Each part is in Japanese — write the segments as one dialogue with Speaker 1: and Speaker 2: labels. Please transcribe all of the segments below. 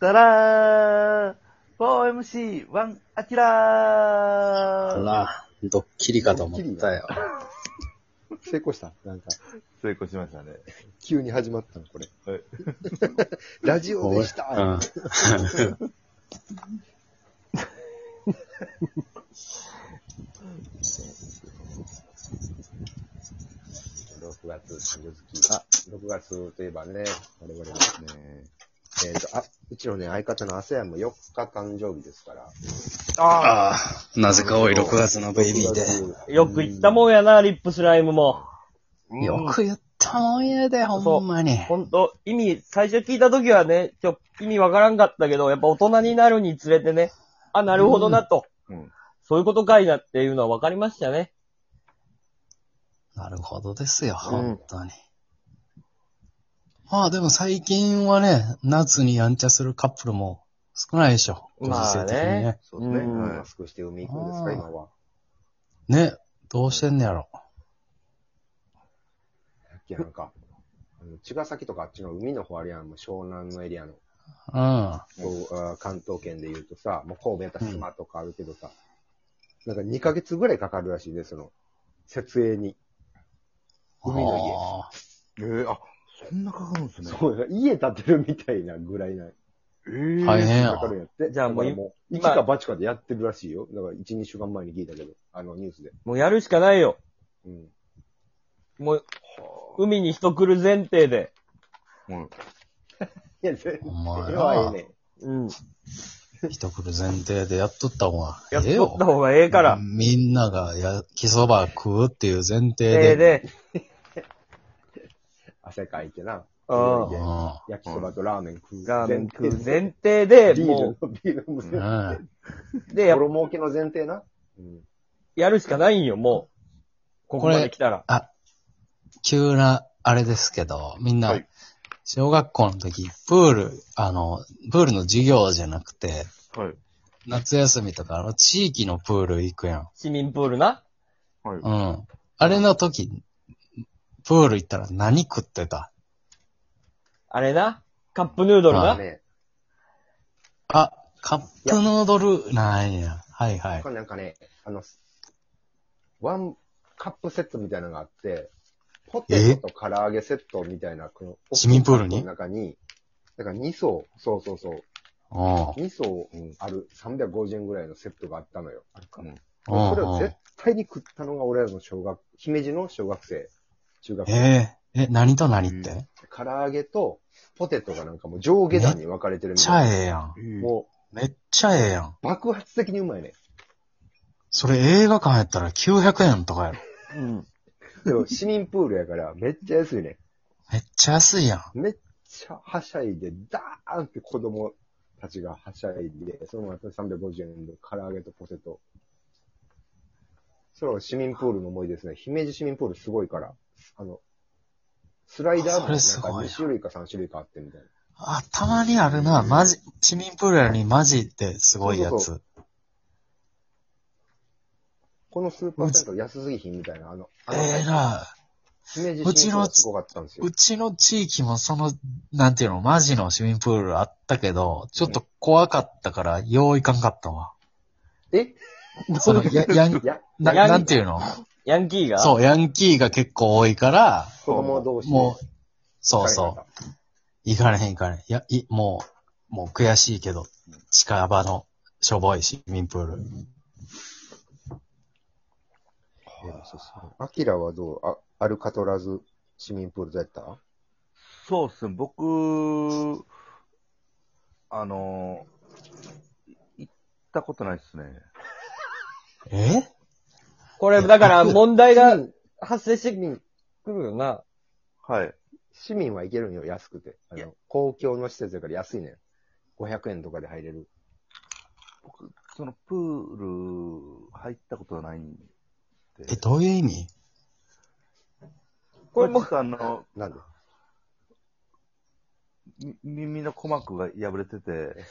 Speaker 1: たらー !4MC1 アキラ
Speaker 2: あ
Speaker 1: ー
Speaker 2: ら、ドッキリかと思った よ。
Speaker 3: 成功したなんか、
Speaker 1: 成功しましたね。
Speaker 3: 急に始まったの、これ。
Speaker 1: はい。
Speaker 3: ラジオでした、
Speaker 2: うん。
Speaker 4: 6月、好き。あ、6月といえばね、我々はですね、えっ、と、あ、うちのね、相方のアセアンも4日誕生日ですから。
Speaker 1: あ
Speaker 2: ああ、なぜか多い6月のベイビーで。
Speaker 5: よく言ったもんやな、リップスライムも。
Speaker 1: ー
Speaker 2: よく言ったもんやで、ほんまに。
Speaker 5: ほんと、意味、最初聞いた時はね、ちょ、意味わからんかったけど、やっぱ大人になるにつれてね、あ、なるほどなと。
Speaker 1: うん
Speaker 5: そういうことかいなっていうのは分かりましたね。
Speaker 2: なるほどですよ、本当に。まあでも最近はね、夏にやんちゃするカップルも少ないでしょ。ご時世的にね。
Speaker 1: そうですね。
Speaker 5: うん
Speaker 1: はい
Speaker 4: マスクして海行くんですか、
Speaker 2: うん
Speaker 4: 今は。
Speaker 2: ね、どうしてんねやろ。
Speaker 4: いや、なんか、あの茅ヶ崎とかあっちの海の方あるやん、もう湘南のエリア
Speaker 2: う
Speaker 4: の、
Speaker 2: ん。
Speaker 4: そうあー関東圏で言うとさ、もう神戸やったら島とかあるけどさ、なんか2ヶ月ぐらいかかるらしいね、その、設営に。海の家。
Speaker 2: あ
Speaker 1: えー、あ、そんなかかるんですね。
Speaker 4: そう、家建てるみたいなぐらいな。
Speaker 1: え
Speaker 2: ー
Speaker 1: ー、
Speaker 2: 大変や
Speaker 4: か。かるんやって。
Speaker 5: じゃあもう
Speaker 4: だからもう、一
Speaker 5: 今
Speaker 4: か八かでやってるらしいよ。だから一、二週間前に聞いたけど、あのニュースで。
Speaker 5: もうやるしかないよ。
Speaker 4: うん。
Speaker 5: もう、海に人来る前提で。
Speaker 1: うん。
Speaker 4: いや、全
Speaker 2: お前
Speaker 4: 然、は
Speaker 2: な
Speaker 4: ええ、ね。
Speaker 5: うん。
Speaker 2: 人来る前提でやっとった方が
Speaker 5: やっ
Speaker 2: ええ
Speaker 5: と
Speaker 2: よ
Speaker 5: った。方がええから。
Speaker 2: みんなが焼きそば食うっていう前提
Speaker 5: え
Speaker 2: で。
Speaker 5: えで、
Speaker 4: 汗かいてな。
Speaker 5: うん
Speaker 4: 一人で焼きそばとラーメン食う。
Speaker 5: ラーメン食う
Speaker 4: 前
Speaker 5: 前提で、
Speaker 4: 提ビール
Speaker 5: も
Speaker 4: の、ビールの前
Speaker 2: う
Speaker 4: 提。
Speaker 2: ん。ね
Speaker 5: う、で、や
Speaker 4: ボロ儲けの前提な。うん。
Speaker 5: やるしかないんよ、もう。ここまで来たら。
Speaker 2: 急な、あれですけど、みんな、
Speaker 1: はい
Speaker 2: 小学校の時、プール、あの、プールの授業じゃなくて、
Speaker 1: はい。
Speaker 2: 夏休みとか、あの、地域のプール行くやん。
Speaker 5: 市民プールな。
Speaker 1: はい。
Speaker 2: うん。あれの時、プール行ったら何食ってた
Speaker 5: あれな。カップヌードル
Speaker 2: あ
Speaker 5: な。
Speaker 4: ね
Speaker 2: あ、カップヌードル、なんや。はいはい
Speaker 4: 他。なんかね、あの、ワンカップセットみたいなのがあって、ポテトと唐揚げセットみたいな、この、
Speaker 2: 市民プールに
Speaker 4: の中に、だから2層、そうそうそう、
Speaker 2: うん。
Speaker 4: 2層ある350円ぐらいのセットがあったのよ。
Speaker 2: うん
Speaker 4: それを
Speaker 2: う
Speaker 4: 絶
Speaker 2: ん。
Speaker 4: 対に食ったのが俺らの小学、姫路の小学生、中学生。
Speaker 2: えー、え、何と何って、
Speaker 1: う
Speaker 2: めっ
Speaker 4: 唐揚げとポテトがなんかもう上下段に分かれてるみ
Speaker 2: ちゃ
Speaker 4: たい
Speaker 2: ええやん。
Speaker 1: え
Speaker 4: な。
Speaker 1: ー
Speaker 4: も
Speaker 2: めっちゃええやん。
Speaker 4: う爆発的にうまいね。
Speaker 2: それ映画館やったら900円とかやろ。
Speaker 5: うん。
Speaker 4: でも市民プールやからめっちゃ安いね。
Speaker 2: めっちゃ安いやん。
Speaker 4: めっちゃはしゃいで、ダーンって子供たちがはしゃいで、そのまま350円の唐揚げとポテト。それは市民プールの思い出ですね。姫路市民プールすごいから、あの、スライダーもな
Speaker 2: あ
Speaker 4: んか
Speaker 2: それすごいな
Speaker 4: 2種類か3種類かあってみたいな。
Speaker 2: あ、たまにあるな。マジ、市民プールやのにマジってすごいや
Speaker 4: そうそ
Speaker 2: つ。
Speaker 4: このスーパーセント安すぎひんみたいな、あの、あ
Speaker 2: え
Speaker 4: の
Speaker 2: えな。
Speaker 4: 姫路市民プールすごかったんですよ
Speaker 2: う。ちの地域もその、なんていうの、マジの市民プールあったけど、ちょっと怖かったから、よういかんかったわ。
Speaker 4: え
Speaker 2: その、や、や ん
Speaker 4: い、や、
Speaker 2: な、
Speaker 5: ヤン
Speaker 2: なんていうの
Speaker 5: ヤンキーが
Speaker 2: そう、ヤンキーが結構多いから、
Speaker 4: 子供同士で。
Speaker 2: もう、そうそう
Speaker 4: う。。
Speaker 2: 行かれへん行かれへん。いや、い、もう、もう悔しいけど、近場の、しょぼい市民プール。
Speaker 4: いやそうそうアキラはどうあアルカトラズ市民プールだった
Speaker 1: そうっすね、僕、あのー、行ったことないっすね。
Speaker 2: え
Speaker 5: これ、だから問題が発生して
Speaker 4: 民
Speaker 5: くるよな。
Speaker 1: はい。
Speaker 4: 市民は行けるんよ、安くて。あ
Speaker 1: いや
Speaker 4: の、公共の施設だから安いねん。500円とかで入れる。
Speaker 1: 僕、そのプール入ったことないんで。
Speaker 2: え、どういう意味
Speaker 5: これも、
Speaker 1: 僕あの、
Speaker 4: なんで
Speaker 1: み耳の鼓膜が破れてて、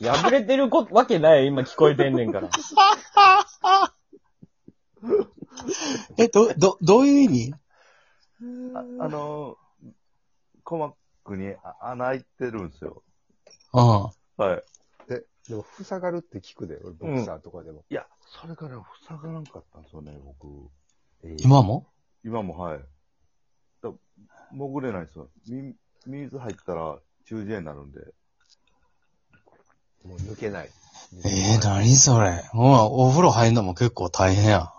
Speaker 5: 破れてるこわけないよ、今聞こえてんねんから。
Speaker 2: え、ど、ど、どういう意味
Speaker 1: ああのー、鼓膜クにあ穴開いてるんですよ。
Speaker 2: うん。
Speaker 1: はい。
Speaker 4: で、でも、塞がるって聞くで、俺ボクサーとかでも。
Speaker 1: いや、それから塞がらんかったんですよね、僕。
Speaker 2: 今も
Speaker 1: 今もはい。だ潜れないんですよ。み水入ったら中耳炎になるんで。
Speaker 4: もう抜けない。
Speaker 2: ええー、何それ。もう、お風呂入るのも結構大変や。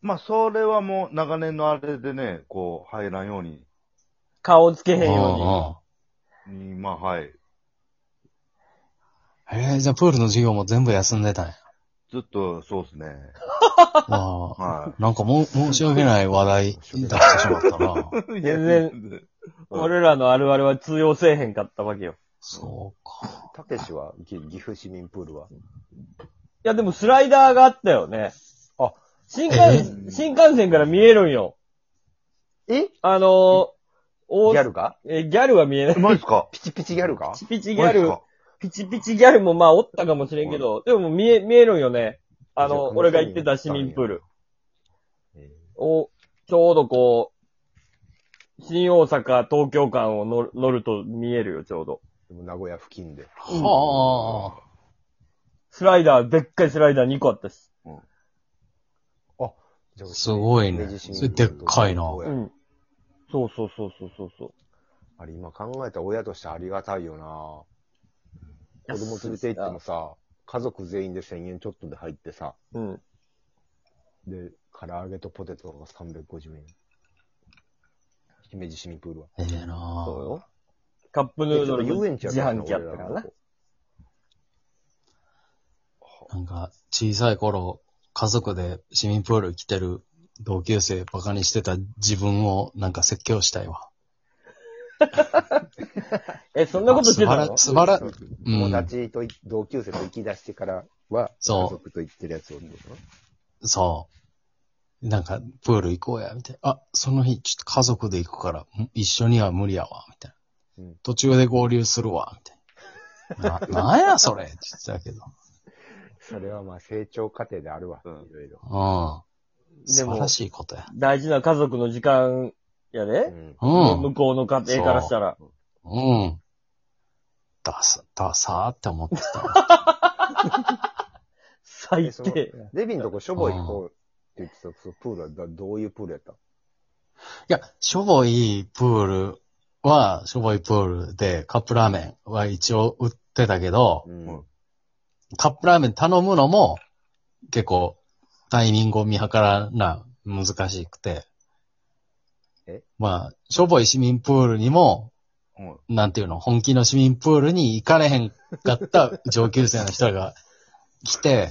Speaker 1: まあ、それはもう長年のあれでね、こう、入らんように、
Speaker 5: 顔つけへん
Speaker 2: うんうん。
Speaker 5: よ
Speaker 1: にまあ、はい。
Speaker 2: えー、じゃあプールの授業も全部休んで たんや。
Speaker 1: ずっと、そうですね。
Speaker 2: わあ
Speaker 1: は
Speaker 2: なんかも、申し訳ない話題出してしまった な。
Speaker 1: い。
Speaker 5: 全然うに。俺らのあるあるは通用せえへんかったわけよ。
Speaker 2: そうか。
Speaker 4: たけしは、ぎ岐阜市民プールは。
Speaker 5: いや、でもスライダーがあったよね。
Speaker 4: あ、
Speaker 5: 新幹、新幹線から見えるんよ。
Speaker 4: えギ
Speaker 5: あのー、お
Speaker 4: ャルが
Speaker 5: え、ギャルは見えない。
Speaker 1: うまいっす か
Speaker 4: ピチピチギャルが
Speaker 5: ピチピチ
Speaker 1: う
Speaker 5: ギ
Speaker 1: まい
Speaker 5: ャ
Speaker 1: っす
Speaker 5: ル、
Speaker 1: か
Speaker 5: ピチピチギャルもまあおったかもしれんけど、でも見え、見えるんよね。あ
Speaker 4: じゃ
Speaker 5: の、
Speaker 4: あ
Speaker 5: 俺が行ってた市民プール。
Speaker 4: え
Speaker 5: を、ちょうどこう、新大阪、東京間を乗る乗ると見えるよ、ちょうど。
Speaker 4: ーでも名古屋付近で。
Speaker 2: は
Speaker 5: スライダー、でっかいスライダー2個あったし。
Speaker 4: じゃあ
Speaker 2: すごいね
Speaker 4: 姫路市民プールと
Speaker 2: それでっかいな
Speaker 4: 名古
Speaker 5: う
Speaker 4: 屋
Speaker 5: ん。そうそうそうそうそうそう。
Speaker 4: あれ、今考えたら親としてありがたいよな子供連れて行ってもさ、家族全員で1000円ちょっとで入ってさ、
Speaker 5: うん。
Speaker 4: で、唐揚げとポテトが350円。姫路市民プールは。
Speaker 2: あ。ええな
Speaker 5: そうよ。カップヌードル
Speaker 4: 遊園地や
Speaker 5: 自
Speaker 4: ったな
Speaker 5: 販機やったからな。。
Speaker 2: なんか、小さい頃、家族で市民プール来てる同級生バカにしてた自分をなんか説教したいわ。
Speaker 5: え、そんなことしてたの
Speaker 2: 素晴ら、素晴ら、
Speaker 4: 友
Speaker 2: うん。
Speaker 4: 達とい同級生と行き出してからは、
Speaker 2: そう
Speaker 4: 家族と行ってるやつを見るの
Speaker 2: そう。なんか、プール行こうや、みたいな。あ、その日、ちょっと家族で行くから、ん一緒には無理やわ、みたいな。
Speaker 4: うん
Speaker 2: 途中で合流するわ、みたいな。な、 なんやそれって言ってたけど。
Speaker 4: それはまあ成長過程であるわ。
Speaker 1: うん
Speaker 4: いろいろ。
Speaker 2: うん。
Speaker 5: で
Speaker 2: 素
Speaker 5: も
Speaker 2: 晴らしいことや。
Speaker 5: 大事な家族の時間や
Speaker 4: う
Speaker 5: で、
Speaker 4: ん。
Speaker 2: う
Speaker 5: 向
Speaker 2: ん。
Speaker 5: こうの家庭からしたら。
Speaker 2: うん。ダサ、ダサーって思ってた わ。
Speaker 5: 最
Speaker 4: えその
Speaker 5: 低。
Speaker 4: デビンとこしょぼい方って言ってた、そのプールはだどういうプールやった
Speaker 2: いや、しょぼいプールは、しょぼいプールで、カップラーメンは一応売ってたけど、
Speaker 4: う
Speaker 1: うん
Speaker 2: カップラーメン頼むのも、結構、タイミングを見計らな、難しくて。
Speaker 4: え
Speaker 2: まあ、しょぼい市民プールにも、
Speaker 1: うん
Speaker 2: なんていうの、本気の市民プールに行かれへんかった上級生の人が来て、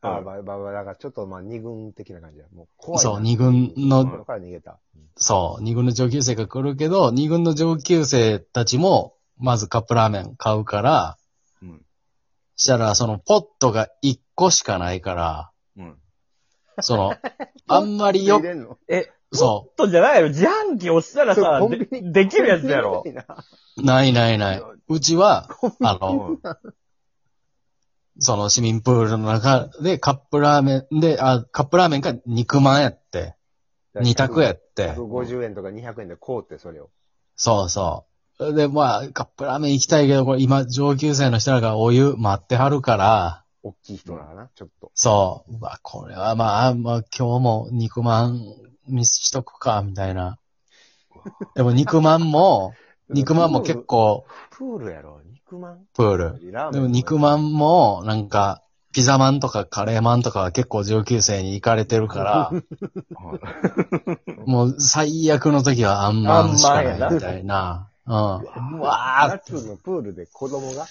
Speaker 4: あ、ば、ば、ば、だからちょっとまあ二軍的な感じや。もう怖いな。
Speaker 2: そう、二軍の
Speaker 4: だから逃げた。
Speaker 2: そう、二軍の上級生が来るけど、二軍の上級生たちも、まずカップラーメン買うから、
Speaker 1: うん
Speaker 2: したら、そのポットが一個しかないから、
Speaker 1: うん。
Speaker 2: その、あんまりよ
Speaker 4: 入、れんの
Speaker 2: そ
Speaker 5: とじゃないやろ。自販機押したら
Speaker 4: それ
Speaker 5: さ
Speaker 4: コ、ンビ
Speaker 5: で
Speaker 4: ニ
Speaker 5: できるやつや ろ
Speaker 4: 入。れないな
Speaker 2: う、ないないない。うちは、あ
Speaker 1: う
Speaker 2: の、
Speaker 1: ん。
Speaker 2: その市民プールの中でカップラーメンで、あ、カップラーメンか肉まんやって、二択やって。
Speaker 4: 150円とか200円でこうって、それを。
Speaker 2: そうそう。で、まあ、カップラーメン行きたいけど、これ今、上級生の人らがお湯待ってはるから、
Speaker 4: 大きい人ならな、ちょっと。
Speaker 2: そう、うわ、これはまあ、まあ、今日も肉まんにしとくか、みたいな。でも肉まんも、肉まんも結。構、
Speaker 4: プールやろ、肉まん。
Speaker 2: プール。
Speaker 4: ラーメン
Speaker 2: でも肉ま
Speaker 4: ん。
Speaker 2: んも、なんか、ピザまんとかカレーまんとかは結構上級生に行かれてるから、
Speaker 1: はい
Speaker 2: もう最悪の時はあんまんしかないみたいな。うん。うわ
Speaker 4: 夏のプールで子供が。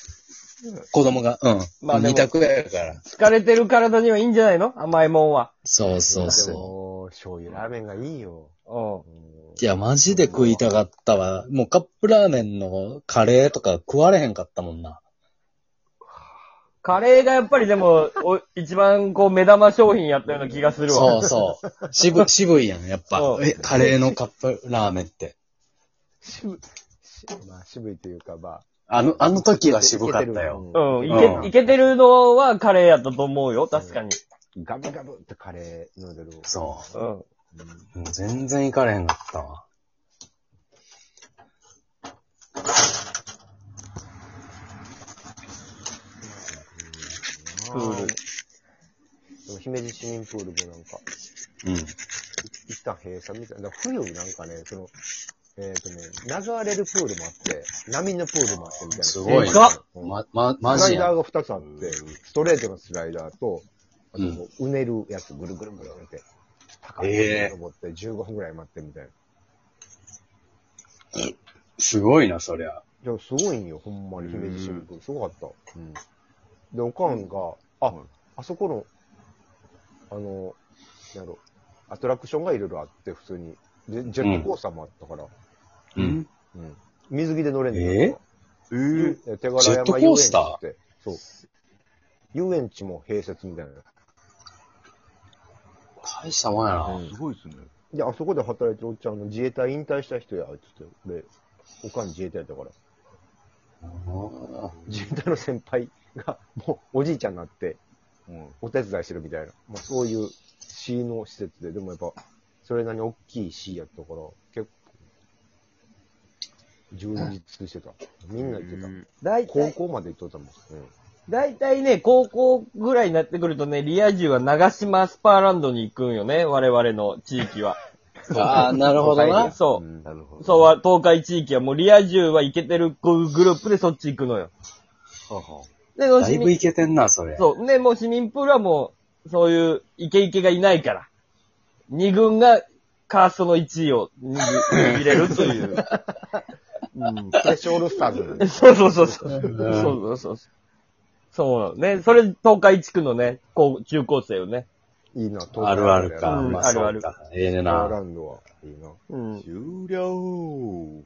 Speaker 2: 子供が、うん。
Speaker 5: まあでも
Speaker 2: やから。
Speaker 5: 疲れてる体にはいいんじゃないの甘いもんは。
Speaker 2: そうそう
Speaker 4: で
Speaker 2: そう。
Speaker 4: も醤油ラーメンがいいよ。
Speaker 5: うん。
Speaker 2: いや、マジで食いたかったわ。もうカップラーメンのカレーとか食われへんかったもんな。
Speaker 5: カレーがやっぱりでも、お一番こう目玉商品やったような気がする
Speaker 2: そ
Speaker 5: わ。
Speaker 2: うそう。 渋、渋いやん、やっぱ
Speaker 5: そ。う
Speaker 2: え、カレーのカップラーメンって。
Speaker 4: 渋、しまあ渋いというか、ま
Speaker 2: あの、あの時
Speaker 4: あ。
Speaker 2: は渋かったよ。
Speaker 5: うん、
Speaker 4: い
Speaker 5: い
Speaker 4: け
Speaker 5: け、
Speaker 4: てるうん。
Speaker 5: いけてるのはカレーやったと思うよ、確かに。
Speaker 4: ガブガブってカレーヌードルを。
Speaker 2: そ
Speaker 5: うん。
Speaker 2: う。もう全然行かれへんかったわ。
Speaker 1: プール。
Speaker 4: でも姫路市民プールもなんか、
Speaker 6: うん。
Speaker 4: 一旦閉鎖みたいな。だから冬なんかね、その、えっ、とね、流れるプールもあって、波のプールもあってみたいな。
Speaker 2: すご
Speaker 5: いな
Speaker 4: うん
Speaker 2: ま、ま、マ
Speaker 4: スラ
Speaker 2: ジ
Speaker 4: イダ
Speaker 2: や
Speaker 4: ー。が2つあって、ストレートのスライダーと、あと
Speaker 2: うん
Speaker 4: こううねるやつ、ぐるぐるぐるって、高い
Speaker 6: ええ
Speaker 4: 登って15分ぐらい待ってみたいな。
Speaker 6: すごいな、そりゃ。
Speaker 4: いや、すごいんよ、ほんまに、姫路市民プール。すごかった。うん。で、おかんが、あ、あそこの、あの、なんやろ、アトラクションがいろいろあって、普通に。で、ジェットコースターもあったから、
Speaker 6: うん。
Speaker 4: うん。水着で乗れんの
Speaker 6: え
Speaker 4: よ。
Speaker 1: え
Speaker 4: え手柄
Speaker 6: ジェットコースター
Speaker 4: 山遊園地って。そう。遊園地も併設みたいな。
Speaker 2: 大したもんや
Speaker 4: う
Speaker 2: な。
Speaker 4: ん
Speaker 1: すごいですね。
Speaker 4: で、あそこで働いてるおっちゃんの自衛隊引退した人や、つって、俺、おかん自衛隊だから。自衛隊の先輩が、もう、おじいちゃんになって、
Speaker 1: うん。
Speaker 4: お手伝いしてるみたいな。まあ、そういう市の施設で、でもやっぱ、それなりに大きい市やったから、結構、充実してた。みんな行ってた。
Speaker 5: 大
Speaker 4: 高
Speaker 5: 体、
Speaker 4: 校まで行っとったもん。うん。
Speaker 5: 大体ね、高校ぐらいになってくるとね、リア充は長島スパーランドに行くんよね、我々の地域は。
Speaker 2: ああ、なるほどな。
Speaker 5: そうう。
Speaker 4: ん
Speaker 1: なるほど。
Speaker 5: そうは、東海地域はもうリア充は行けてるグループでそっち行くのよ。
Speaker 1: はは
Speaker 5: で、その
Speaker 2: だい
Speaker 5: 市
Speaker 2: ぶ
Speaker 5: 民
Speaker 2: いけてんな、それ。
Speaker 5: そう。ね、もう市民プールはもう、そういうイケイケがいないから。二軍がカーストの1位を握握れるという。
Speaker 4: うん。フレッシュオールスターズなんで。
Speaker 5: そう そうそうそう。そうそうそうそう。そうなのね。それ、東海地区のね、高中高生よね。
Speaker 4: いいな、東
Speaker 2: あるあるか。
Speaker 5: うん
Speaker 2: ま
Speaker 5: あるある
Speaker 2: そうかええね
Speaker 4: パー
Speaker 2: な。
Speaker 4: ランドは、いいな。
Speaker 5: うん。
Speaker 1: 終了